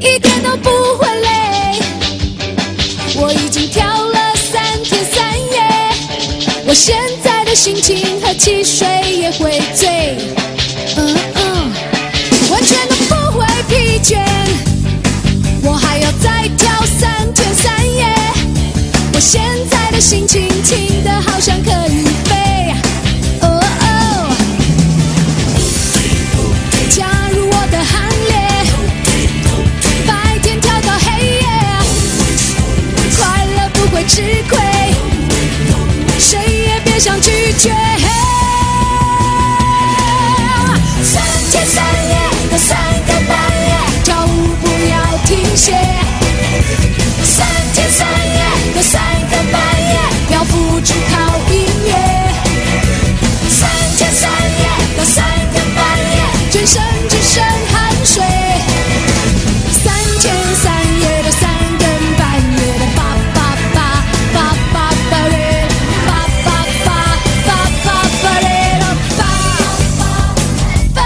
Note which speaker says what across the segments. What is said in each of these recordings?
Speaker 1: 一点都不会累。我已经跳了三天三夜，我现在的心情和汽水也会醉，嗯嗯，完全都不会疲倦。我还要再跳三天三夜，我现在的心情轻的好像可以飞，哦哦。嗯加入我的行列。白天跳到黑夜，快乐不会吃亏，谁也别想拒绝。三天三夜到三更半夜，跳舞不要停歇。三天三夜到三更半夜，要付出靠音乐。三天三夜到三更半夜，全身只剩汗水。三天三夜的三更半夜的叭叭叭叭叭叭嘞，叭叭叭叭叭叭嘞咯叭叭叭叭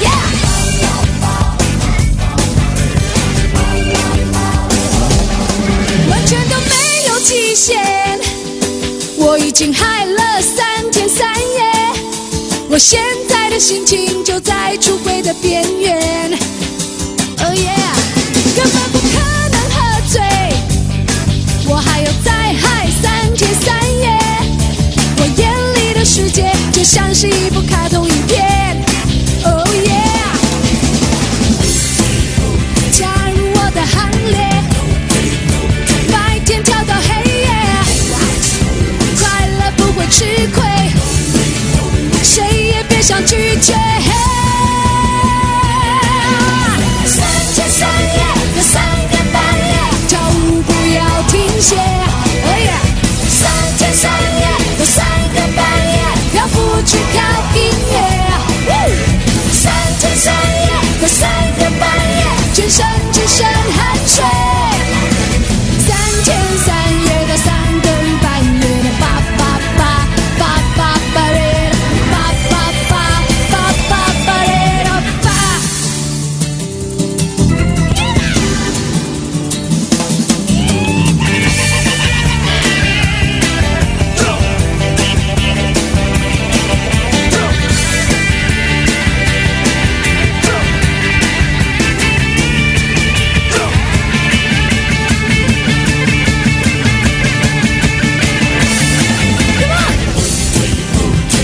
Speaker 1: ，Yeah。完全都没有极限，我已经嗨了三天三夜。我现在的心情就在出轨的边缘。Oh yeah，根本不可能喝醉，我还要再嗨三天三夜。我眼里的世界就像是一部卡通影片。Oh yeah，加入我的行列，白天跳到黑夜，快乐不会吃亏。谁也别想拒绝。三天三夜到三更半夜，跳舞不要停歇。哎呀，三天三夜到三更半夜，要付出靠音乐。三天三夜到三更半夜，全身只剩汗水。三天三夜的三更半夜的叭叭叭叭叭叭嘞，叭叭叭叭叭叭嘞啦叭。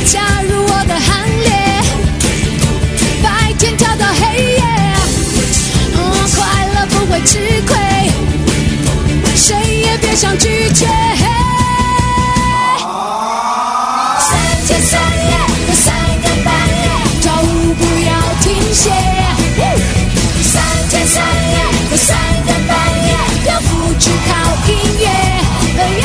Speaker 1: 加入我的行列，白天跳到黑夜，嗯，快乐不会吃亏，谁也别想拒绝。三天三夜到三更半夜，跳舞不要停歇。三天三夜到三更半夜，要付出靠音乐。Oh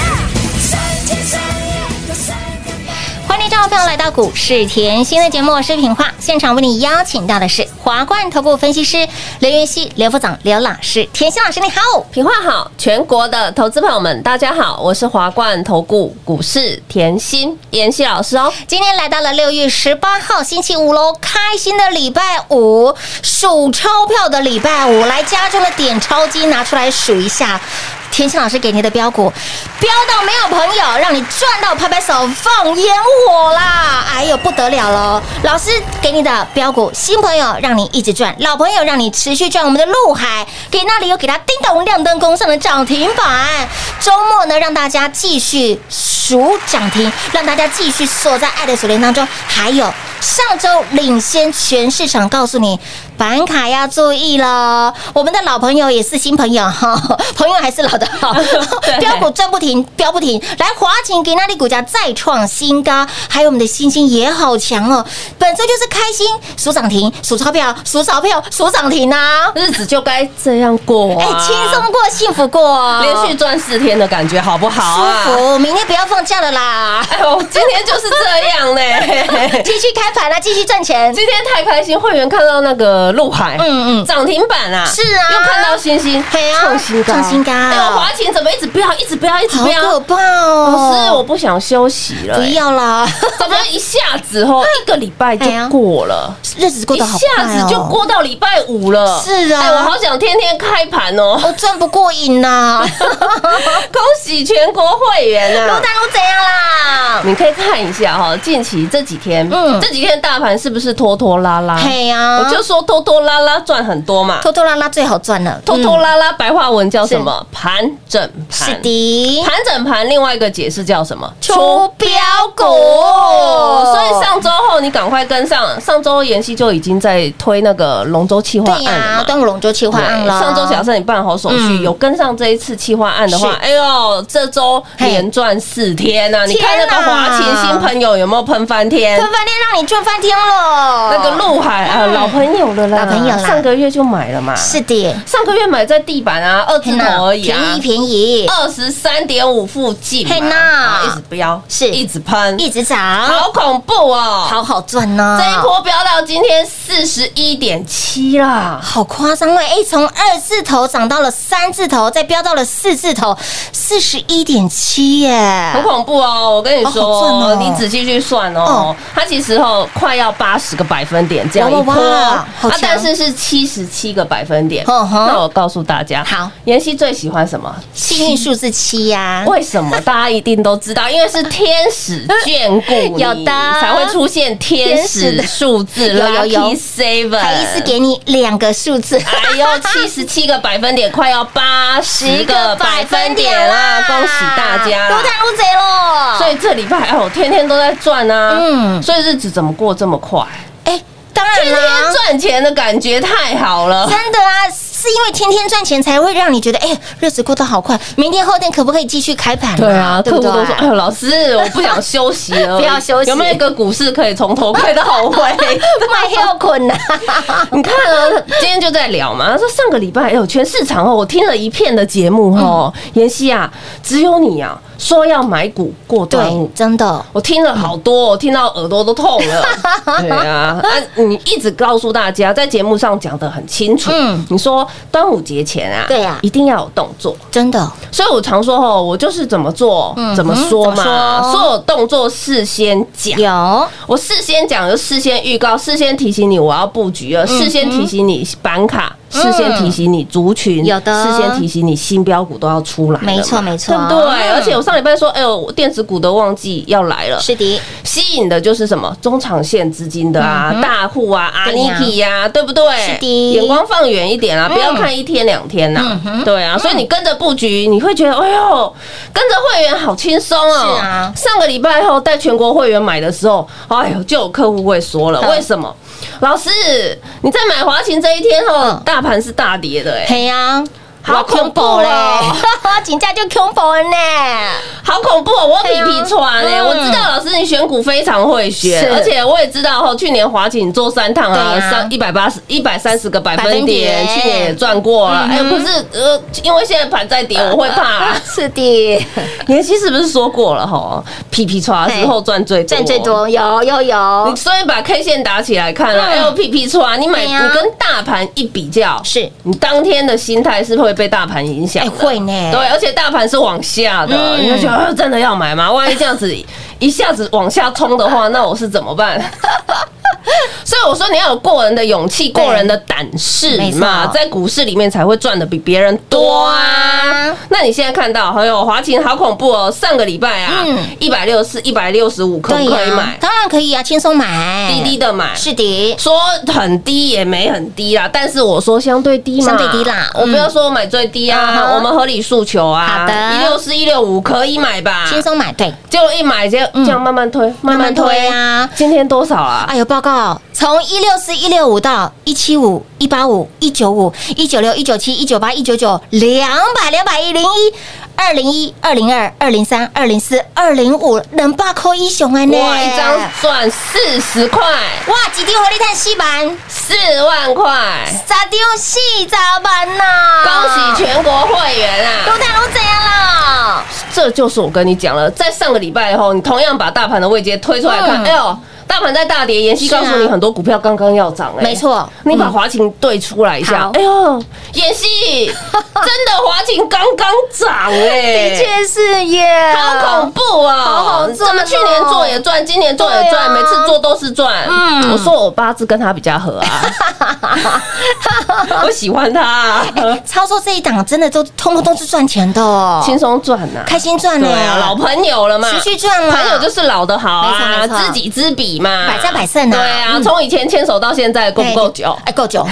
Speaker 1: 三天三夜到三更半夜。
Speaker 2: 欢迎各位朋友来到股市甜心的节目，我是品化，现场为你邀请到的是华冠投顾分析师刘云熙、刘副总、刘老师，甜心老师你好。
Speaker 3: 平话好，全国的投资朋友们，大家好，我是华冠投顾股市甜心妍希老师哦。
Speaker 2: 今天来到了六月十八号星期五喽，开心的礼拜五，数钞票的礼拜五，来家中的点钞机拿出来数一下。甜心老师给你的标股，标到没有朋友，让你赚到拍拍手放烟火啦！哎呦不得了喽！老师给你的标股，新朋友让你一直赚，老朋友让你持续赚。我们的陆海给那里有给它叮咚亮灯攻上的涨停板，周末呢让大家继续数涨停，让大家继续锁在爱的锁链当中。还有上周领先全市场，告诉你板卡要注意喽。我们的老朋友也是新朋友 哈，朋友还是老的好
Speaker 3: 对，
Speaker 2: 标股转哦不停，飙不停。来，华勤给那里股价再创新高，还有我们的星星也好强哦。本周就是开心，数涨停，数钞票，数钞票，数涨停啊！
Speaker 3: 日子就该这样过
Speaker 2: 哎、
Speaker 3: 啊，
Speaker 2: 轻松过，幸福过哦，
Speaker 3: 连续赚四天的感觉好不好啊？
Speaker 2: 舒服。明天不要放假了 啦，
Speaker 3: 哎呦，今天就是这样呢。
Speaker 2: 继续开盘啦，继续赚钱。
Speaker 3: 今天太开心，会员看到那个陆海，
Speaker 2: 嗯嗯
Speaker 3: 涨停板啊，
Speaker 2: 是啊
Speaker 3: 又看到星星，
Speaker 2: 嘿啊
Speaker 3: 创新高，
Speaker 2: 创新高
Speaker 3: 哎呦，华勤怎么一直飙，一直飙，一直
Speaker 2: 好可
Speaker 3: 飙？
Speaker 2: 怕
Speaker 3: 老
Speaker 2: 哦！
Speaker 3: 师，我不想休息了、
Speaker 2: 不
Speaker 3: 哎
Speaker 2: 要啦，
Speaker 3: 怎么一下子哦，一个礼拜就
Speaker 2: 哎呀
Speaker 3: 过了，
Speaker 2: 日子过
Speaker 3: 一
Speaker 2: 得好快
Speaker 3: 下
Speaker 2: 哦，
Speaker 3: 子就过到礼拜五了。
Speaker 2: 是啊
Speaker 3: 哎，我好想天天开盘哦。
Speaker 2: 我赚不过瘾 呐。
Speaker 3: 恭喜全国会员啊！
Speaker 2: 大陆怎样啦？
Speaker 3: 你可以看一下哈、近期这几天，
Speaker 2: 嗯
Speaker 3: 这几天大盘是不是拖拖拉拉？
Speaker 2: 嘿啊呀，
Speaker 3: 我就说拖拖拉拉赚很多嘛，
Speaker 2: 拖拖嗯拉拉最好赚了，
Speaker 3: 拖拖拉拉白话文叫什么？盘整
Speaker 2: 嗯是
Speaker 3: 盘。
Speaker 2: 的，
Speaker 3: 盘整盘，另外一个解释叫什么？
Speaker 2: 出标股
Speaker 3: 所以上周后你赶快跟上，上周妍希就已经在推那个龙舟企划
Speaker 2: 对啊
Speaker 3: 案了
Speaker 2: 呀
Speaker 3: 嘛，。
Speaker 2: 端午龙舟企划案
Speaker 3: 哎对
Speaker 2: 了。
Speaker 3: 上周假设你办好手续，
Speaker 2: 嗯
Speaker 3: 有跟上这一次企划案的话
Speaker 2: 是，
Speaker 3: 哎呦，这周连赚四天啊呐！你看那
Speaker 2: 天
Speaker 3: 个
Speaker 2: 哪哦
Speaker 3: 华勤新朋友有没有喷翻天？
Speaker 2: 喷饭店让你赚翻天了，
Speaker 3: 那个陆海啊，老朋友了啦，
Speaker 2: 嗯老朋友啦
Speaker 3: 上个月就买了嘛，
Speaker 2: 是的，
Speaker 3: 上个月买在地板啊，二字
Speaker 2: 嘿呐
Speaker 3: 头而已啊
Speaker 2: 便宜。便宜，
Speaker 3: 二十三点五附近嘛，
Speaker 2: 嘿呐
Speaker 3: 啊一直飙，
Speaker 2: 是
Speaker 3: 一直喷，
Speaker 2: 一直涨，
Speaker 3: 好恐怖哦！
Speaker 2: 好好赚呢。
Speaker 3: 这一波飙到今天四十一点七啦，
Speaker 2: 好夸张哎！哎，从二字头涨到了三字头，再飙到了四字头，四十一点七耶！
Speaker 3: 很恐怖哦！我跟你说，
Speaker 2: 好好赚哦
Speaker 3: 你仔细去算哦，
Speaker 2: 哦
Speaker 3: 它其实哦快要八十个百分点这样一
Speaker 2: 哇
Speaker 3: 波
Speaker 2: 哇哇
Speaker 3: 啊
Speaker 2: 好强
Speaker 3: 但是是七十七个百分点。
Speaker 2: 哦吼
Speaker 3: 那我告诉大家，
Speaker 2: 好，啊
Speaker 3: 妍希最喜欢什么？
Speaker 2: 幸运数字七呀、
Speaker 3: 为什么大家一定都 知道？因为是天使眷顾你，
Speaker 2: 有的
Speaker 3: 才会出现天
Speaker 2: 天使
Speaker 3: 使
Speaker 2: 的
Speaker 3: 数字
Speaker 2: 有有有
Speaker 3: Lucky Seven，
Speaker 2: 还一次给你两个数字，
Speaker 3: 哎呦，七十七个百分点，快要八 十个百分点啦！恭喜大家
Speaker 2: 都
Speaker 3: 啦！
Speaker 2: 大入贼喽！
Speaker 3: 所以这礼拜哦，天天都在赚啊，嗯，
Speaker 2: 啊嗯
Speaker 3: 所以日子怎么过这么快？
Speaker 2: 哎，当然
Speaker 3: 天天
Speaker 2: 啦，
Speaker 3: 赚钱的感觉太好了。
Speaker 2: 真的啊，是因为天天赚钱才会让你觉得，哎，日子过得好快。明天后天可不可以继续开盘、
Speaker 3: 对啊，
Speaker 2: 对
Speaker 3: 客
Speaker 2: 不
Speaker 3: 户
Speaker 2: 对？
Speaker 3: 都说：“哎呦，老师，我不想休息了，
Speaker 2: 不要休息
Speaker 3: 有没有一个股市可以从头开到尾？
Speaker 2: 卖啊要困难，
Speaker 3: 你看啊，今天就在聊嘛，他说上个礼拜有全市场哦，我听了一片的节目哦，
Speaker 2: 嗯
Speaker 3: 妍希啊，只有你啊说要买股过端
Speaker 2: 对
Speaker 3: 午，。
Speaker 2: 真的，
Speaker 3: 我听了好多，我听到耳朵都痛了。 对啊，啊，你一直告诉大家，在节目上讲得很清楚。
Speaker 2: 嗯
Speaker 3: 你说端午节前啊，
Speaker 2: 对啊
Speaker 3: 一定要有动作。
Speaker 2: 真的，
Speaker 3: 所以我常说哦，我就是怎么做，
Speaker 2: 嗯
Speaker 3: 怎么说
Speaker 2: 怎么
Speaker 3: 嘛，
Speaker 2: 说
Speaker 3: 所有动作事先讲。
Speaker 2: 有
Speaker 3: 我事先讲，就事先预告，事先提醒你我要布局了，事先提醒你板卡，事先提醒你族群，
Speaker 2: 有的
Speaker 3: 事先提醒你新标股都要出来了嘛，
Speaker 2: 没错没错
Speaker 3: 对不对？
Speaker 2: 嗯
Speaker 3: 而且我上礼拜说，哎呦，我电子股的旺季要来了，
Speaker 2: 是的，
Speaker 3: 吸引的就是什么中长线资金的啊，大户啊，
Speaker 2: 嗯
Speaker 3: 阿
Speaker 2: 对
Speaker 3: 尼
Speaker 2: 呀
Speaker 3: 基呀，对不对？
Speaker 2: 是的
Speaker 3: 眼光放远一点啊，不要看一天两天呐、
Speaker 2: 嗯哼
Speaker 3: 对啊，所以你跟着布局，你会觉得，哎呦，跟着会员好轻松哦。
Speaker 2: 是啊
Speaker 3: 上个礼拜后带全国会员买的时候，哎呦，就有客户会说了，
Speaker 2: 嗯
Speaker 3: 为什么？老师，你在买华勤这一天哦
Speaker 2: 嗯，
Speaker 3: 大盘是大跌的哎、
Speaker 2: 嘿呀、
Speaker 3: 好恐怖哦
Speaker 2: 啊 请假就恐怖了呢，
Speaker 3: 好恐怖、哦！我皮皮船哎、
Speaker 2: 对啊嗯
Speaker 3: 我知道老师你选股非常会选，
Speaker 2: 是
Speaker 3: 而且我也知道哦，去年华景做三趟
Speaker 2: 对
Speaker 3: 啊，
Speaker 2: 啊
Speaker 3: 上一百八十一百三十个百
Speaker 2: 百
Speaker 3: 分
Speaker 2: 分
Speaker 3: 点，
Speaker 2: 点嗯
Speaker 3: 去年也赚过了。哎、可是呃，因为现在盘在跌，我会怕、 啊
Speaker 2: 是的，
Speaker 3: 妍希是不是说过了哈？皮皮船之后赚最多，
Speaker 2: 赚最。多，有有有
Speaker 3: 哦你，所以把 K 线打起来看啊，
Speaker 2: 嗯
Speaker 3: 哎呦皮皮船，你买
Speaker 2: 对啊
Speaker 3: 你跟大盘一比较，
Speaker 2: 是
Speaker 3: 你当天的心态是会被大盘影响
Speaker 2: 哎
Speaker 3: 的，
Speaker 2: 会呢，
Speaker 3: 对，而且大盘是往下的，
Speaker 2: 嗯
Speaker 3: 你就觉得啊真的 要买吗？万一这样子一下子往下冲的话，那我是怎么办？ 所以我说你要有过人的勇气、过人的胆识
Speaker 2: 没错
Speaker 3: 嘛，在股市里面才会赚的比别人多啊。那你现在看到，还有华勤好恐怖哦，上个礼拜啊
Speaker 2: 嗯，
Speaker 3: 一百六四、一百六十五可
Speaker 2: 对
Speaker 3: 不可以
Speaker 2: 呀
Speaker 3: 买，？
Speaker 2: 当然可以啊，轻松买，
Speaker 3: 低低的买，
Speaker 2: 是的，
Speaker 3: 说很低也没很低啦，但是我说相对低嘛，
Speaker 2: 相对低啦
Speaker 3: 我
Speaker 2: 嗯
Speaker 3: 不要说我买最低
Speaker 2: 啊哈
Speaker 3: 啊，我们合理诉求啊，
Speaker 2: 好的
Speaker 3: 一六四一六五可以买吧，
Speaker 2: 轻松买，对。
Speaker 3: 结果一买就这样慢慢推，慢
Speaker 2: 嗯慢推啊
Speaker 3: 今天多少啊？
Speaker 2: 哎呦，报告，从一六四、一六五到一七五、一八五、一九五、一九六、一九七、一九八、一九九，两百、两百一、零一、二零一、二零二、二零三、二零四、二零五，能八扣一熊哎呢！
Speaker 3: 哇，一张赚四十块，
Speaker 2: 哇，几丢火力碳吸板，
Speaker 3: 四万块，
Speaker 2: 咋丢四咋板呐？
Speaker 3: 恭喜全国会员啊！
Speaker 2: 卢大卢怎样了？
Speaker 3: 这就是我跟你讲了，在上个礼拜后，你同样把大盘的位阶推出来看，
Speaker 2: 嗯
Speaker 3: 哎呦，大盘在大跌，妍希
Speaker 2: 是啊
Speaker 3: 告诉你很多股票刚刚要涨，哎
Speaker 2: 没错嗯
Speaker 3: 你把华勤对出来一下
Speaker 2: 好，
Speaker 3: 哎呦，妍希，真的华勤刚刚涨，哎，
Speaker 2: 的确是耶，
Speaker 3: 好恐怖哦！
Speaker 2: 好好赚哦
Speaker 3: 怎么去年做也赚，今年做也
Speaker 2: 对啊
Speaker 3: 赚，每次做都是赚。
Speaker 2: 嗯
Speaker 3: 我说我八字跟他比较 合啊，我喜欢 他啊，
Speaker 2: 操作这一档真的都通通都是赚钱的哦，
Speaker 3: 轻松赚呐，
Speaker 2: 开心赚呢、
Speaker 3: 对啊，老朋友了嘛，
Speaker 2: 持续赚了，
Speaker 3: 朋友就是老的好
Speaker 2: 没
Speaker 3: 啊，
Speaker 2: 嗯错没错
Speaker 3: 知己知彼嘛，
Speaker 2: 百战百胜啊
Speaker 3: 对啊，
Speaker 2: 嗯
Speaker 3: 从以前牵手到现在够不 够久？
Speaker 2: 哎，够久，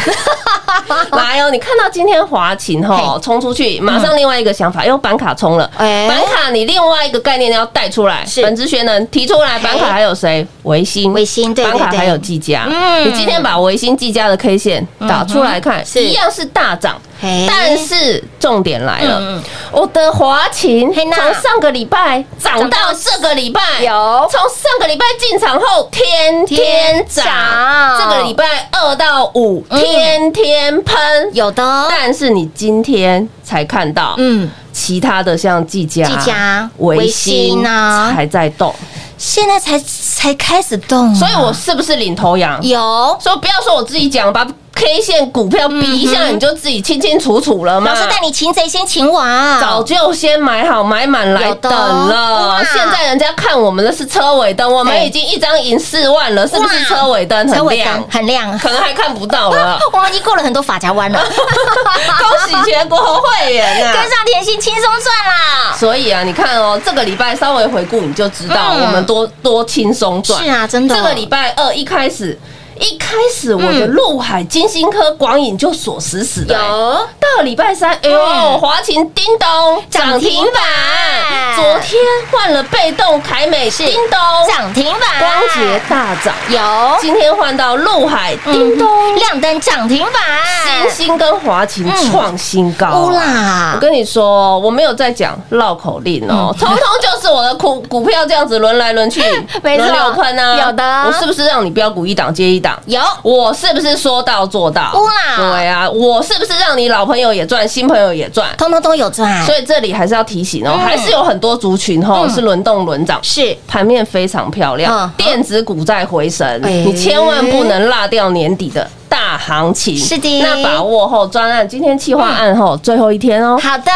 Speaker 3: 来哦，你看到今天华勤吼
Speaker 2: 嘿嗯
Speaker 3: 冲出去，马上另外一个想法，用板卡冲了。
Speaker 2: 哎
Speaker 3: 板卡你另外一个概念要带出来，
Speaker 2: 是
Speaker 3: 本职学能提出来。板卡还有谁？维新，
Speaker 2: 维新对对
Speaker 3: 板卡
Speaker 2: 对
Speaker 3: 还有技嘉。
Speaker 2: 嗯
Speaker 3: 你今天把维新、技嘉的 K 线打出来看，
Speaker 2: 是
Speaker 3: 一样是大涨。
Speaker 2: 嘿
Speaker 3: 但是重点来
Speaker 2: 嗯
Speaker 3: 了，我的华勤
Speaker 2: 嘿
Speaker 3: 从
Speaker 2: 呐
Speaker 3: 上个礼拜涨
Speaker 2: 涨到
Speaker 3: 到这个礼拜，
Speaker 2: 有
Speaker 3: 从上个礼拜进场后天
Speaker 2: 天
Speaker 3: 天涨
Speaker 2: 涨，
Speaker 3: 这个礼拜二到五
Speaker 2: 嗯
Speaker 3: 天天喷，
Speaker 2: 有的哦，
Speaker 3: 但是你今天才看到，
Speaker 2: 嗯，
Speaker 3: 其他的像技嘉、
Speaker 2: 技嘉
Speaker 3: 维
Speaker 2: 微
Speaker 3: 新
Speaker 2: 星啊
Speaker 3: 还在动，
Speaker 2: 现在才才开始动啊，
Speaker 3: 所以我是不是领头羊？
Speaker 2: 有
Speaker 3: 所以不要说我自己讲，把 K 线股票比一下，你就自己清清楚楚了嘛。
Speaker 2: 嗯老师带你擒贼先擒王，
Speaker 3: 早就先买好买满来
Speaker 2: 有的
Speaker 3: 等
Speaker 2: 哦哇
Speaker 3: 了，现在人家看我们的是车尾灯，我
Speaker 2: 哎
Speaker 3: 们已经一张赢四万了，是不是
Speaker 2: 哇
Speaker 3: 车尾灯
Speaker 2: 车
Speaker 3: 很
Speaker 2: 尾
Speaker 3: 亮
Speaker 2: 灯？很亮，
Speaker 3: 可能还看不到了。
Speaker 2: 我们已经过了很多法夹 弯了，
Speaker 3: 恭喜全国会员
Speaker 2: 跟
Speaker 3: 啊！
Speaker 2: 上甜心轻松赚啦，
Speaker 3: 所以啊，你看哦，这个礼拜稍微回顾你就知道
Speaker 2: 嗯
Speaker 3: 我们多、多轻松赚。
Speaker 2: 是啊，真的，
Speaker 3: 这个礼拜二一开始，一开始我的
Speaker 2: 嗯
Speaker 3: 陆海、金星科、广影就锁死死的、欸
Speaker 2: 有
Speaker 3: 到了礼拜三，哎呦，
Speaker 2: 嗯
Speaker 3: 华勤叮咚
Speaker 2: 涨
Speaker 3: 涨
Speaker 2: 停
Speaker 3: 停
Speaker 2: 板
Speaker 3: 板，昨天换了被动凯美叮咚，
Speaker 2: 涨停板，
Speaker 3: 光洁大涨，
Speaker 2: 有
Speaker 3: 今天换到陆海叮咚，
Speaker 2: 嗯亮灯涨停板
Speaker 3: 星，星跟华勤
Speaker 2: 嗯
Speaker 3: 创新高啊
Speaker 2: 乌啦
Speaker 3: 我，跟你说，我没有在讲绕口令哦，
Speaker 2: 嗯
Speaker 3: 通通就是我的股股票这样子轮来轮去，
Speaker 2: 没错
Speaker 3: 轮流喷啊，
Speaker 2: 有的
Speaker 3: 我是不是让你标股一档接一档？
Speaker 2: 有
Speaker 3: 我是不是说到做到？
Speaker 2: 乌啦
Speaker 3: 对啊，我是不是让你老朋友也赚，新朋友也赚？
Speaker 2: 通通都有赚，
Speaker 3: 所以这里还是要提醒哦，
Speaker 2: 啊嗯
Speaker 3: 还是有很多族群哦
Speaker 2: 嗯
Speaker 3: 是轮动轮涨，
Speaker 2: 是
Speaker 3: 盘面非常漂
Speaker 2: 嗯
Speaker 3: 亮，电子股在回神，
Speaker 2: 哎
Speaker 3: 你千万不能落掉年底的大行情。
Speaker 2: 是的嗯
Speaker 3: 那把握后专案，今天企划案后最后一天哦。
Speaker 2: 好的，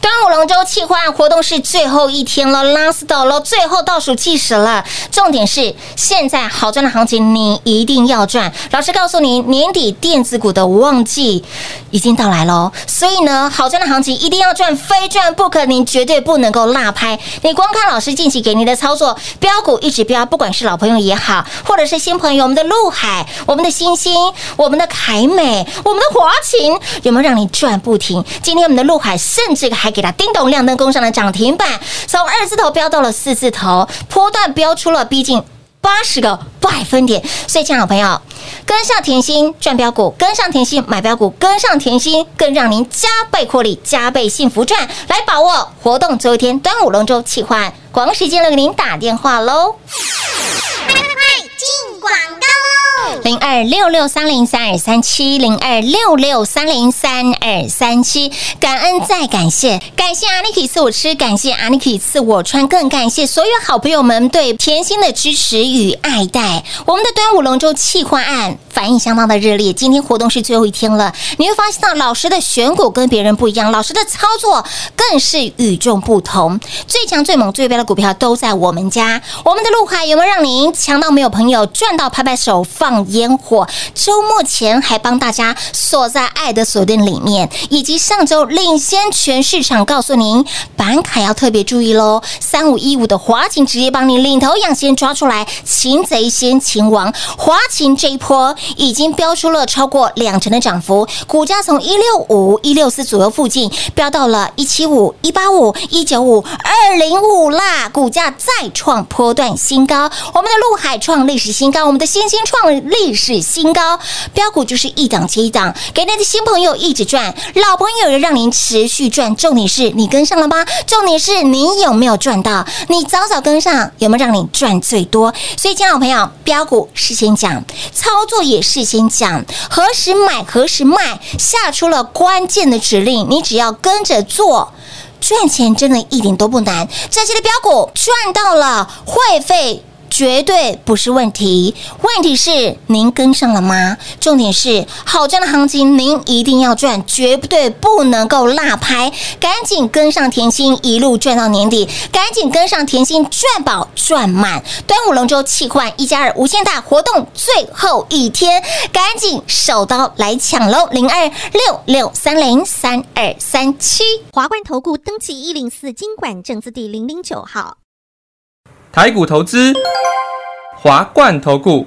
Speaker 2: 端午龙舟企划活动是最后一天了，last day 了，最后倒数计时了。重点是现在好赚的行情，你一定要赚。老师告诉你，年底电子股的旺季已经到来喽，所以呢，好赚的行情一定要赚，非赚不可，你绝对不能够落拍。你光看老师近期给你的操作，标股一直标，不管是老朋友也好，或者是新朋友，我们的陆海、我们的星星、我们的凯美、我们的华勤，有没有让你赚不停？今天我们的陆海甚至还给它叮咚亮灯攻上了涨停板，从二字头飙到了四字头，波段飙出了逼近。八十个百分点，所以，亲爱的朋友，跟上甜心赚标股，跟上甜心买标股，跟上甜心更让您加倍获利，加倍幸福赚，来把握活动最后一天端午龙舟企划案，广告时间了给您打电话喽。零二六六三零三二三七，零二六六三零三二三七。感恩再感谢，感谢 Aniki 赐我吃，感谢 Aniki 赐我穿，更感谢所有好朋友们对甜心的支持与爱戴。我们的端午龙舟企划案反应相当的热烈。今天活动是最后一天了，你会发现到老师的选股跟别人不一样，老师的操作更是与众不同。最强、最猛、最标的股票都在我们家。我们的陆海有没有让您强到没有朋友，赚到拍拍手放烟火？周末前还帮大家锁在爱的锁链里面，以及上周领先全市场告诉您，板卡要特别注意喽。三五一五的华勤直接帮你领头羊先抓出来，擒贼先擒王。华勤这一波已经飙出了超过两成的涨幅，股价从一六五、一六四左右附近飙到了一七五、一八五、一九五、二零五啦，股价再创波段新高。我们的陆海创历史新高，我们的新兴创历史新高，标股就是一档接一档，给您的新朋友一直赚，老朋友也让您持续赚。重点是你跟上了吗？重点是你有没有赚到？你早早跟上，有没有让你赚最多？所以，亲爱的朋友，标股事先讲，操作也事先讲，何时买，何时卖，下出了关键的指令，你只要跟着做。赚钱真的一点都不难，这期的标股赚到了，会费绝对不是问题。问题是您跟上了吗？重点是好赚的行情，您一定要赚，绝对不能够落拍。赶紧跟上甜心，一路赚到年底，赶紧跟上甜心赚饱赚满。端午龙舟气换一加二无限大活动最后一天，赶紧手刀来抢喽！零二六六三零三二三七。
Speaker 4: 华冠投顾登记一零四经管证字第零零九号。
Speaker 5: 台股投资，华冠投顾。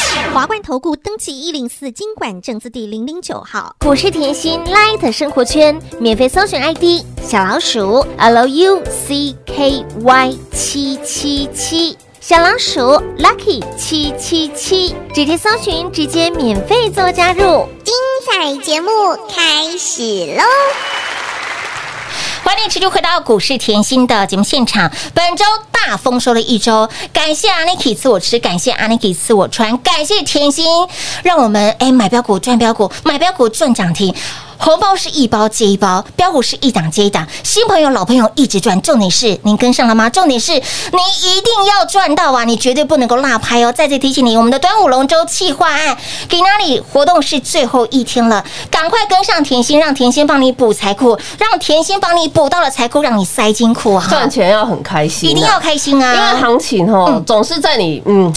Speaker 4: 华冠投顾登记一零四经管证字第零零九号。
Speaker 6: 股市甜心 Light 生活圈免费搜寻 ID 小老鼠 Lucky 七七七，小老鼠 Lucky 七七七，直接搜寻，直接免费做加入。
Speaker 4: 彩节目开始喽！
Speaker 2: 欢迎持续回到股市甜心的节目现场。本周大丰收的一周，感谢 Aniki 赐我吃，感谢 Aniki 赐我穿，感谢甜心，让我们哎买标股赚标股，买标股赚涨停。红包是一包接一包，标股是一档接一档，新朋友老朋友一直赚。重点是您跟上了吗？重点是你一定要赚到啊！你绝对不能够落拍哦。再次提醒你，我们的端午龙舟企划案给哪里活动是最后一天了，赶快跟上甜心，让甜心帮你补财库，让甜心帮你补到了财库，让你塞金库哈、
Speaker 3: 赚钱要很开心啊，
Speaker 2: 一定要开心
Speaker 3: 因为
Speaker 2: 啊！
Speaker 3: 行情哦
Speaker 2: 嗯，
Speaker 3: 总是在你嗯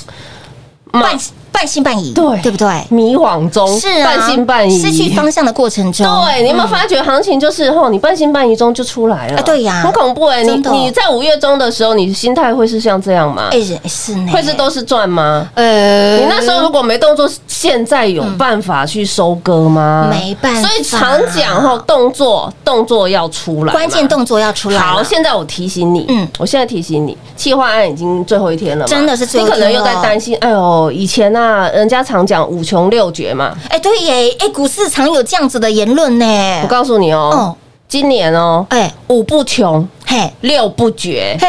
Speaker 2: 半半信半疑，
Speaker 3: 对
Speaker 2: 对不对？
Speaker 3: 迷惘中，
Speaker 2: 是啊，
Speaker 3: 半信半疑，
Speaker 2: 失去方向的过程中，
Speaker 3: 对，你有没有发觉行情就是吼，你半信半疑中就出来了？
Speaker 2: 啊对呀
Speaker 3: 很恐怖哎！你
Speaker 2: 真的
Speaker 3: 你在五月中的时候，你心态会是像这样吗？
Speaker 2: 哎是是呢，
Speaker 3: 会是都是赚吗？
Speaker 2: 呃，
Speaker 3: 你那时候如果没动作，现在有办法去收割吗？
Speaker 2: 没办法
Speaker 3: 所以常讲吼，动作动作要出来嘛，
Speaker 2: 关键动作要出来了。
Speaker 3: 好，现在我提醒你，
Speaker 2: 嗯
Speaker 3: 嗯，我现在提醒你，企划案已经最后一天了嘛，
Speaker 2: 真的是最后一
Speaker 3: 你
Speaker 2: 天
Speaker 3: 可
Speaker 2: 了
Speaker 3: 能又在担心，哎呦，以前啊，人家常讲五穷六绝嘛，
Speaker 2: 哎、对耶，哎，股市常有这样子的言论呢。
Speaker 3: 我告诉你哦
Speaker 2: 哦，
Speaker 3: 今年哦，
Speaker 2: 哎，
Speaker 3: 五不穷，
Speaker 2: 嘿，
Speaker 3: 六不绝。
Speaker 2: 嘿，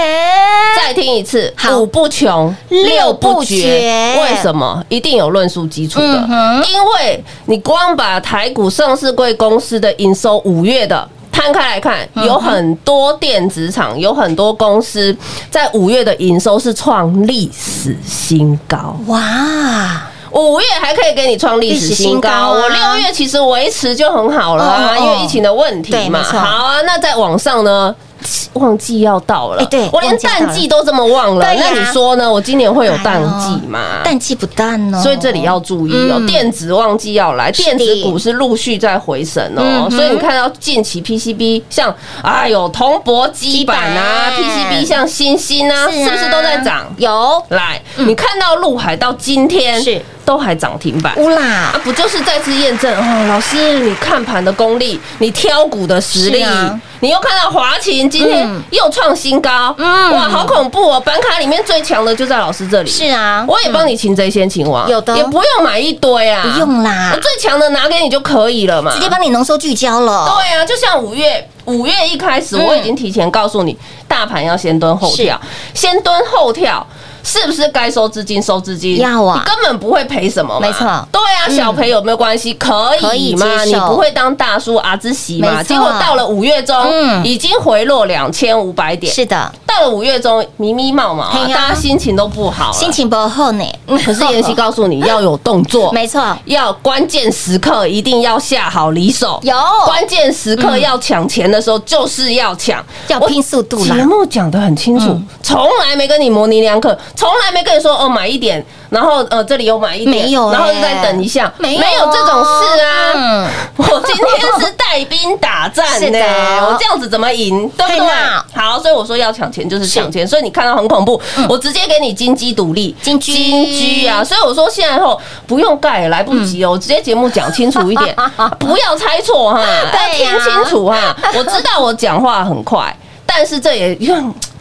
Speaker 3: 再听一次
Speaker 2: 好，
Speaker 3: 五不穷，
Speaker 2: 六
Speaker 3: 六
Speaker 2: 不
Speaker 3: 不
Speaker 2: 绝
Speaker 3: 绝。为什么？一定有论述基础的
Speaker 2: 嗯，哼
Speaker 3: 因为你光把台股上市贵公司的营收五月的。摊开来看，
Speaker 2: 嗯
Speaker 3: 有很多电子厂，有很多公司在五月的营收是创历史新高，
Speaker 2: 哇，
Speaker 3: 五月还可以给你创历史新高。
Speaker 2: 历史
Speaker 3: 我
Speaker 2: 新高啊
Speaker 3: 六月其实维持就很好了
Speaker 2: 哦
Speaker 3: 啊，
Speaker 2: 哦
Speaker 3: 因为疫情的问题
Speaker 2: 对没
Speaker 3: 嘛。
Speaker 2: 错
Speaker 3: 好啊，那再往上呢？旺季要到了，
Speaker 2: 哎对
Speaker 3: 我连
Speaker 2: 旺季到了
Speaker 3: 淡季都这么忘了，
Speaker 2: 对呀哎
Speaker 3: 那你说呢？我今年会有淡季吗？
Speaker 2: 淡季不淡哦，
Speaker 3: 所以这里要注意哦，
Speaker 2: 嗯
Speaker 3: 电子旺季要来，
Speaker 2: 是
Speaker 3: 电
Speaker 2: 的
Speaker 3: 子股是陆续在回升哦
Speaker 2: 嗯，哼
Speaker 3: 所以你看到近期 PCB 像哎呦铜箔基板啊
Speaker 2: 基板
Speaker 3: ，PCB 像星星啊，
Speaker 2: 是啊
Speaker 3: 是不是都在涨？
Speaker 2: 有嗯
Speaker 3: 来，你看到陆海到今天
Speaker 2: 是
Speaker 3: 都还涨停板。
Speaker 2: 乌啦
Speaker 3: 啊，，不就是再次验证哦？老师，你看盘的功力，你挑股的实力，
Speaker 2: 是啊
Speaker 3: 你又看到华勤今天
Speaker 2: 嗯
Speaker 3: 又创新高，
Speaker 2: 嗯
Speaker 3: 哇，好恐怖哦！板卡里面最强的就在老师这里，
Speaker 2: 是啊，
Speaker 3: 我也帮你擒贼先擒王，
Speaker 2: 嗯有的
Speaker 3: 也不用买一堆啊，
Speaker 2: 不用啦
Speaker 3: 我最强的拿给你就可以了嘛，
Speaker 2: 直接帮你浓缩聚焦了，
Speaker 3: 对啊，就像五月五月一开始，我已经提前告诉你，大盘要先蹲后跳，先蹲后跳。是不是该收资金收资金？
Speaker 2: 要啊
Speaker 3: 你根本不会赔什么嘛。
Speaker 2: 没错嗯
Speaker 3: 对啊，小赔有没有关系？可
Speaker 2: 可以
Speaker 3: 以嘛？
Speaker 2: 接
Speaker 3: 你
Speaker 2: 受
Speaker 3: 不会当大叔阿兹喜嘛？
Speaker 2: 没错
Speaker 3: 结果到了五月中，
Speaker 2: 嗯
Speaker 3: 已经回落两千五百点。
Speaker 2: 是的，
Speaker 3: 到了五月中，迷迷冒冒啊
Speaker 2: 嘿，呀
Speaker 3: 大家心情都不好了。
Speaker 2: 心情不好呢，
Speaker 3: 嗯可是妍希告诉你要有动作，
Speaker 2: 没错，
Speaker 3: 要关键时刻一定要下好离手，
Speaker 2: 有
Speaker 3: 关键时刻要抢钱的时候就是要抢，
Speaker 2: 要拼速度
Speaker 3: 我节
Speaker 2: 啦，嗯
Speaker 3: 目讲得很清楚，从来没跟你模棱两可，从来没跟你说哦买一点，然后呃这里有买一点，
Speaker 2: 没有欸
Speaker 3: 然后再等一下，
Speaker 2: 没有
Speaker 3: 这种事啊。
Speaker 2: 嗯，
Speaker 3: 我今天是带兵打战
Speaker 2: 是
Speaker 3: 呢、
Speaker 2: 的
Speaker 3: 我这样子怎么赢？对不
Speaker 2: 太辣
Speaker 3: 对？好，所以我说要抢钱就是抢钱，所以你看到很恐怖，
Speaker 2: 嗯
Speaker 3: 我直接给你金鸡独立，
Speaker 2: 金鸡
Speaker 3: 金鸡啊！所以我说现在后不用盖也来不及哦，我直接节目讲清楚一点，不要猜错哈，要
Speaker 2: 对
Speaker 3: 听
Speaker 2: 呀
Speaker 3: 清楚哈。我知道我讲话很快，但是这也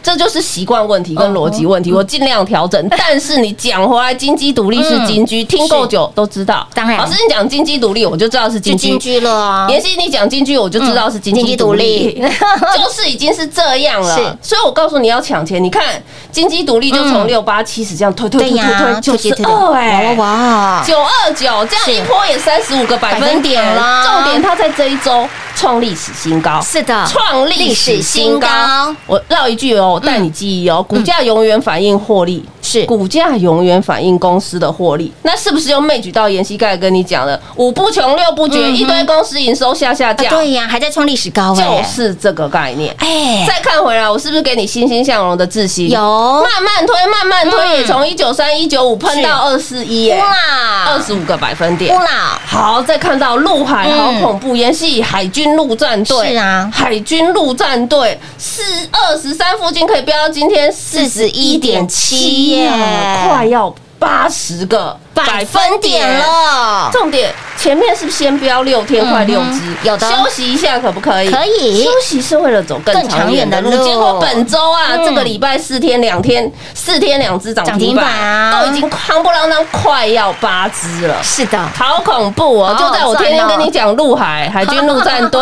Speaker 3: 这就是习惯问题跟逻辑问题，我尽量调整。但是你讲回来，金鸡独立是金居，听够久都知道。
Speaker 2: 当然
Speaker 3: 老师你讲金鸡独立，我就知道是
Speaker 2: 就
Speaker 3: 金
Speaker 2: 进
Speaker 3: 居。
Speaker 2: 居了啊，
Speaker 3: 妍希，你讲进去我就知道是经济独立，
Speaker 2: 嗯经济
Speaker 3: 就是已经是这样了。所以我告诉你要抢钱，你看经济独立就从六八七十这样推推
Speaker 2: 嗯对
Speaker 3: 推推
Speaker 2: 呀，
Speaker 3: 推九
Speaker 2: 推
Speaker 3: 十
Speaker 2: 推
Speaker 3: 二
Speaker 2: 哇
Speaker 3: 哎，
Speaker 2: 哇哇，
Speaker 3: 九二九这样一波也三十五个百分点
Speaker 2: 百分点啦
Speaker 3: 重点它在这一周创历史新高，
Speaker 2: 是的，
Speaker 3: 创历史
Speaker 2: 历史新
Speaker 3: 新高
Speaker 2: 高。嗯
Speaker 3: 我绕一句哦，我带你记忆哦，股价永远反映获利，
Speaker 2: 是
Speaker 3: 股价永远反映公司的获利。那是不是又 match 到妍希盖跟你讲的五不穷六不绝，一堆公司营收下
Speaker 2: 嗯
Speaker 3: 下
Speaker 2: 啊
Speaker 3: 降，
Speaker 2: 对呀，还在创历史高
Speaker 3: 就
Speaker 2: 哎，
Speaker 3: 是这个概念。
Speaker 2: 哎，
Speaker 3: 再看回来，我是不是给你欣欣向荣的自信？
Speaker 2: 有
Speaker 3: 慢慢推，慢慢推，也从一九三一九五喷到二四一，哎，
Speaker 2: 啦
Speaker 3: 二十五个百分
Speaker 2: 嗯
Speaker 3: 点
Speaker 2: 乌。啦，
Speaker 3: 好，再看到陆海
Speaker 2: 嗯
Speaker 3: 好恐怖，延续海军陆战队
Speaker 2: 是啊
Speaker 3: 海军陆战队四二十三附近可以飙到今天四十一点七耶，
Speaker 2: 41.7
Speaker 3: 快要八十个
Speaker 2: 百分点。了，
Speaker 3: 重点前面是不是先飙六天快六只、
Speaker 2: 嗯哼有的
Speaker 3: 休息一下可不可以？
Speaker 2: 可以
Speaker 3: 休息是为了走更
Speaker 2: 更
Speaker 3: 长
Speaker 2: 长
Speaker 3: 远
Speaker 2: 远
Speaker 3: 的
Speaker 2: 的
Speaker 3: 路。
Speaker 2: 路
Speaker 3: 结果本周啊，
Speaker 2: 嗯
Speaker 3: 这个礼拜四天两天，四天两只涨停
Speaker 2: 涨停
Speaker 3: 板，
Speaker 2: 板啊
Speaker 3: 都已经夯不啷当快要八只了。
Speaker 2: 是的，
Speaker 3: 好恐怖哦！
Speaker 2: 好
Speaker 3: 就
Speaker 2: 好
Speaker 3: 在我天天跟你讲陆海海军陆战 队。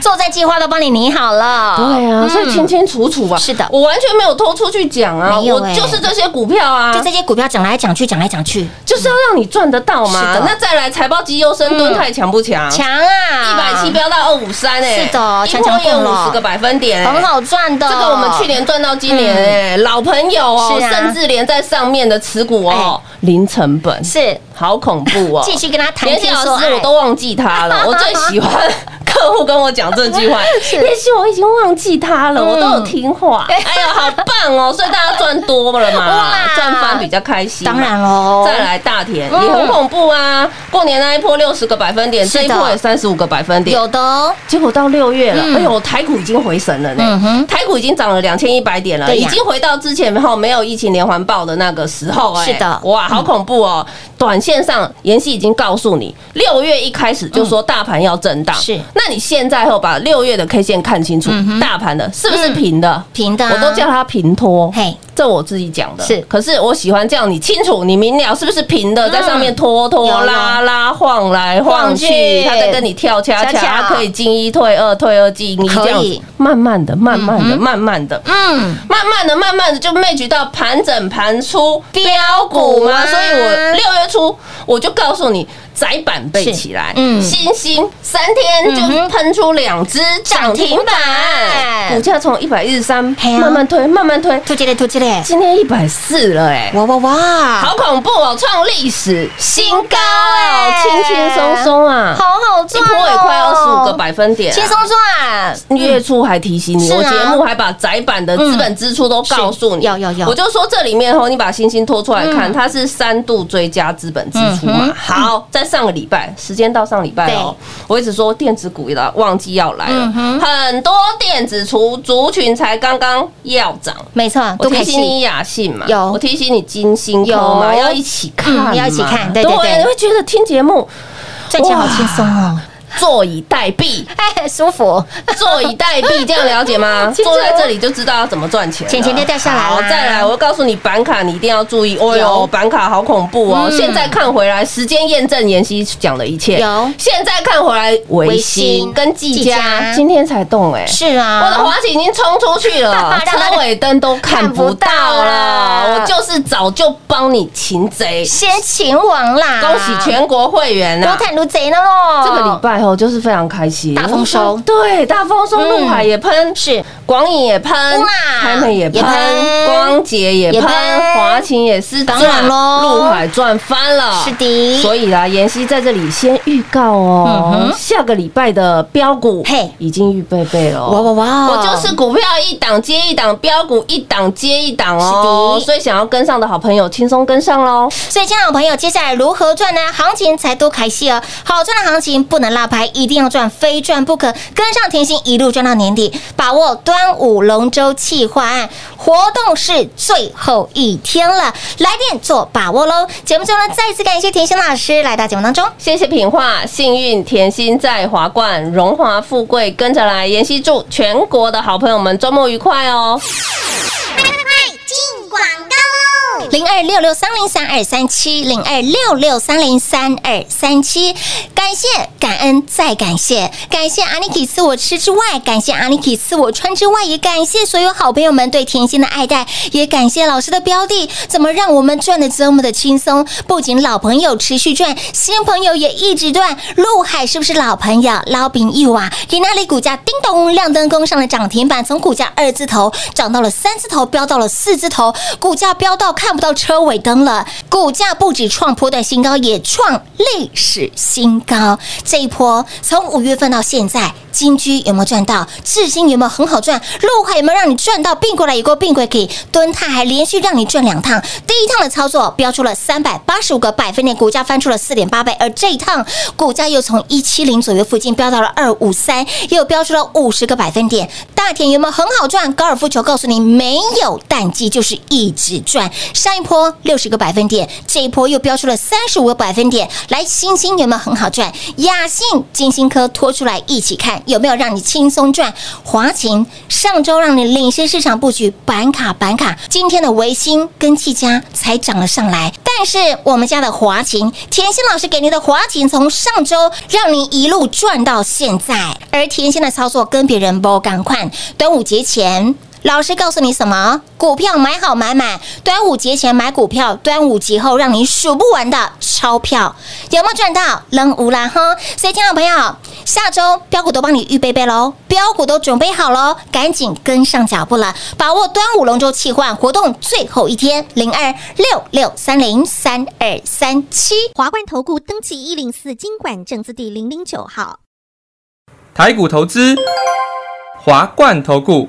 Speaker 2: 作战计划都帮你拟好了，嗯
Speaker 3: 对啊，所以清清楚楚吧。
Speaker 2: 是的
Speaker 3: 我完全没有偷出去讲啊，
Speaker 2: 没有
Speaker 3: 我
Speaker 2: 欸
Speaker 3: 就是这些股票啊，
Speaker 2: 就这些股票讲来讲去，讲来讲去，
Speaker 3: 就是要让你赚得到嘛
Speaker 2: 是。的
Speaker 3: 那再来财报绩优升蹲太强不强？
Speaker 2: 强
Speaker 3: 啊一百
Speaker 2: 啊，
Speaker 3: 七飙到二五三哎，
Speaker 2: 是的
Speaker 3: 一
Speaker 2: 强
Speaker 3: 波
Speaker 2: 强
Speaker 3: 也
Speaker 2: 共
Speaker 3: 五
Speaker 2: 了
Speaker 3: 十个百分点、欸，
Speaker 2: 很。好赚的。
Speaker 3: 这个我们去年赚到今年哎、老朋友
Speaker 2: 哦
Speaker 3: 哦，
Speaker 2: 嗯是啊哎
Speaker 3: 甚至连在上面的持股哦，零成本，
Speaker 2: 是
Speaker 3: 好恐怖哦。
Speaker 2: 继 续跟他谈
Speaker 3: 妍希
Speaker 2: 天说哎
Speaker 3: 老师，
Speaker 2: 爱，
Speaker 3: 我都忘记他了。我最喜欢客户跟我讲这句话， 妍希，我已经忘记他
Speaker 2: 嗯
Speaker 3: 了，我都有听话。哎呦，好棒哦！所以大家赚多了嘛
Speaker 2: 哇，
Speaker 3: 赚翻比较开心。
Speaker 2: 哎当然。喽，
Speaker 3: 再来大田
Speaker 2: 嗯
Speaker 3: 也很恐怖啊！过年那一波六十个百分点，
Speaker 2: 是
Speaker 3: 这
Speaker 2: 的
Speaker 3: 一波也三十五个百分点，
Speaker 2: 有的哦，
Speaker 3: 结果到六月了，哎呦，台股已经回神了呢、
Speaker 2: 嗯哼
Speaker 3: 台股已经涨了两千一百点了，
Speaker 2: 对
Speaker 3: 已
Speaker 2: 呀
Speaker 3: 经回到之前后没有疫情连环爆的那个时候、哎，
Speaker 2: 是的
Speaker 3: 哇，好恐怖哦！短线上，妍希已经告诉你，六月一开始就说大盘要震荡，
Speaker 2: 嗯是
Speaker 3: 那你现在后把六月的 K 线看清楚，大盘的是不是平的？
Speaker 2: 平嗯的啊，
Speaker 3: 我都叫它平拖，
Speaker 2: 嘿，
Speaker 3: 这我自己讲的。
Speaker 2: 是
Speaker 3: 可是我喜欢这样，你清楚，你明了是不是平的，在上面拖
Speaker 2: 有
Speaker 3: 拖
Speaker 2: 有
Speaker 3: 拉拉晃来晃
Speaker 2: 晃
Speaker 3: 去，
Speaker 2: 去
Speaker 3: 他在跟你跳恰恰，
Speaker 2: 恰恰
Speaker 3: 它可以进一退二，退二进一，
Speaker 2: 可以
Speaker 3: 这样子慢慢的、慢慢的、慢慢的、
Speaker 2: 嗯，
Speaker 3: 慢慢的、慢慢的就 match 到盘整盘出标股嘛。
Speaker 2: 标股啊
Speaker 3: 所以我六月初我就告诉你。窄板背起来，
Speaker 2: 是嗯
Speaker 3: 星星三天就喷出两只涨停板，
Speaker 2: 板
Speaker 3: 股价从一百一十三
Speaker 2: 嘿啊
Speaker 3: 慢慢推，慢慢推，
Speaker 2: 突击嘞，突击嘞，
Speaker 3: 今天一百四了哎、
Speaker 2: 哇哇哇，
Speaker 3: 好恐怖哦，创历史新高哦，
Speaker 2: 哎
Speaker 3: 轻轻松松啊，
Speaker 2: 好好好
Speaker 3: 一
Speaker 2: 赚、哦，
Speaker 3: 波也快二十五个百分点啊、
Speaker 2: 轻松赚。
Speaker 3: 月初还提醒你，
Speaker 2: 是啊
Speaker 3: 我节目还把窄版的资本支出都告诉
Speaker 2: 嗯
Speaker 3: 你，
Speaker 2: 是要要要
Speaker 3: 我就说这里面吼，你把星星拖出来看，它是三度追加资本支出
Speaker 2: 嗯
Speaker 3: 嘛
Speaker 2: 哼。
Speaker 3: 好，在上个礼拜，时间到上个礼拜哦，我一直说电子股了，旺季要来
Speaker 2: 嗯，
Speaker 3: 了
Speaker 2: 哼
Speaker 3: 很多电子族族群才刚刚要涨。
Speaker 2: 没错，
Speaker 3: 我
Speaker 2: 都
Speaker 3: 提
Speaker 2: 开
Speaker 3: 醒
Speaker 2: 心。
Speaker 3: 你雅信嘛，
Speaker 2: 有
Speaker 3: 我提醒你金星科嘛，
Speaker 2: 有
Speaker 3: 要一起看嘛，
Speaker 2: 嗯要一起看对对对
Speaker 3: 你会觉得听节目
Speaker 2: 赚钱好轻松哦，
Speaker 3: 坐以待 毙。
Speaker 2: 哎，舒服。
Speaker 3: 坐以待毙，这样了 解吗？
Speaker 2: 其实我
Speaker 3: 坐在这里就知道要怎么赚钱了，
Speaker 2: 钱钱就掉下来啦
Speaker 3: 好，再来，我告诉你，板卡你一定要注意。
Speaker 2: 有
Speaker 3: 哦呦，板卡好恐怖哦！
Speaker 2: 嗯
Speaker 3: 现在看回来，时间验证妍希讲的一切。
Speaker 2: 有
Speaker 3: 现在看回来，维
Speaker 2: 维
Speaker 3: 新
Speaker 2: 新
Speaker 3: 跟技
Speaker 2: 技
Speaker 3: 嘉
Speaker 2: 嘉
Speaker 3: 今天才动哎。
Speaker 2: 是啊，
Speaker 3: 我的滑行已经冲出去 了，
Speaker 2: 让他
Speaker 3: 车尾灯都看不
Speaker 2: 看不
Speaker 3: 到
Speaker 2: 到啦
Speaker 3: 了。我就是早就帮你擒贼，
Speaker 2: 先秦王啦，
Speaker 3: 恭喜全国会员
Speaker 2: 国
Speaker 3: 啊！
Speaker 2: 坦如贼呢喽。
Speaker 3: 这个礼拜哦，就是非常开心，
Speaker 2: 大丰收
Speaker 3: 对，大丰收，
Speaker 2: 嗯
Speaker 3: 陆海也喷，是广影也喷
Speaker 2: 哇，
Speaker 3: 台美也
Speaker 2: 也
Speaker 3: 喷
Speaker 2: 喷，
Speaker 3: 光捷也
Speaker 2: 也
Speaker 3: 喷
Speaker 2: 喷，
Speaker 3: 华勤也是
Speaker 2: 当
Speaker 3: 赚，
Speaker 2: 然咯
Speaker 3: 陆海赚翻了，
Speaker 2: 是的
Speaker 3: 所以啦，妍希在这里先预告
Speaker 2: 嗯
Speaker 3: 哦
Speaker 2: 哼，
Speaker 3: 下个礼拜的标股
Speaker 2: 嘿
Speaker 3: 已经预备备了哦，
Speaker 2: 哇哇哇，
Speaker 3: 我就是股票一档接一档，标股一档接一档哦，
Speaker 2: 是的
Speaker 3: 所以想要跟上的好朋友轻松跟上喽。
Speaker 2: 所以，亲爱的朋友，接下来如何赚呢？行情才多开戏哦！好赚的行情不能落拍，一定要赚，非赚不可。跟上甜心，一路赚到年底，把握端午龙舟企划案活动是最后一天了，来电做把握喽！节目最后呢，再次感谢甜心老师来到节目当中。
Speaker 3: 谢谢品画，幸运甜心在华冠，荣华富贵跟着来。妍希祝全国的好朋友们周末愉快哦！
Speaker 6: 进广告喽！
Speaker 2: 零二六六三零三二三七，零二六六三零三二三七。感谢、感恩、再感谢，感谢阿尼基赐我吃之外，感谢阿尼基赐我穿之外，也感谢所有好朋友们对甜心的爱戴，也感谢老师的标的，怎么让我们赚的这么的轻松？不仅老朋友持续赚，新朋友也一直赚。陆海是不是老朋友？老饼一瓦，给那里股价叮咚亮灯攻上了涨停板，从股价二字头涨到了三字头，飙到了四字头，股价飙到看不到车尾灯了。股价不止创波段新高，也创历史新高。这一波从五月份到现在，金居有没有赚到？智新有没有很好赚？陆海有没有让你赚到？并过来也够并过去，敦泰还连续让你赚两趟。第一趟的操作标出了三百八十五个百分点，股价翻出了四点八倍，而这一趟股价又从一七零左右附近飙到了二五三，又飙出了五十个百分点。大田有没有很好赚？高尔夫球告诉你没有淡季，就是一直赚。上一波六十个百分点，这一波又飙出了三十五个百分点。来，星星有没有很好赚？雅信、金星科拖出来一起看，有没有让你轻松赚？华勤上周让你领先市场布局，板卡板卡，今天的维新跟技嘉才涨了上来，但是我们家的华勤，甜心老师给您的华勤从上周让您一路赚到现在，而甜心的操作跟别人不赶快，端午节前。老师告诉你什么？股票买好买满，端午节前买股票，端午节后让你数不完的钞票，有没有赚到？扔无啦哈！所以，亲爱的朋友，下周标股都帮你预备备喽，标股都准备好喽，赶紧跟上脚步了，把握端午龙舟气换活动最后一天，零二六六三零三二三七。
Speaker 4: 华冠投顾登记一零四经管证字第零零九号。
Speaker 5: 台股投资，华冠投顾。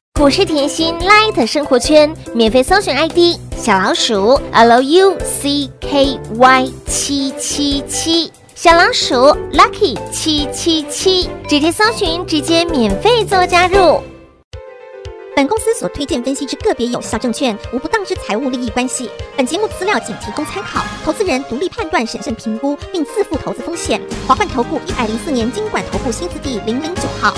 Speaker 6: 股市甜心 Light 生活圈免费搜寻 ID 小老鼠 Lucky 七七七，小老鼠 Lucky 七七七，直接搜寻，直接免费做加入。本公司所推荐分析之个别有效证券，无不当之财务利益关系。本节目资料仅提供参考，投资人独立判断、审慎评估，并自负投资风险。华冠投顾一百零四年经管投顾新字第零零九号。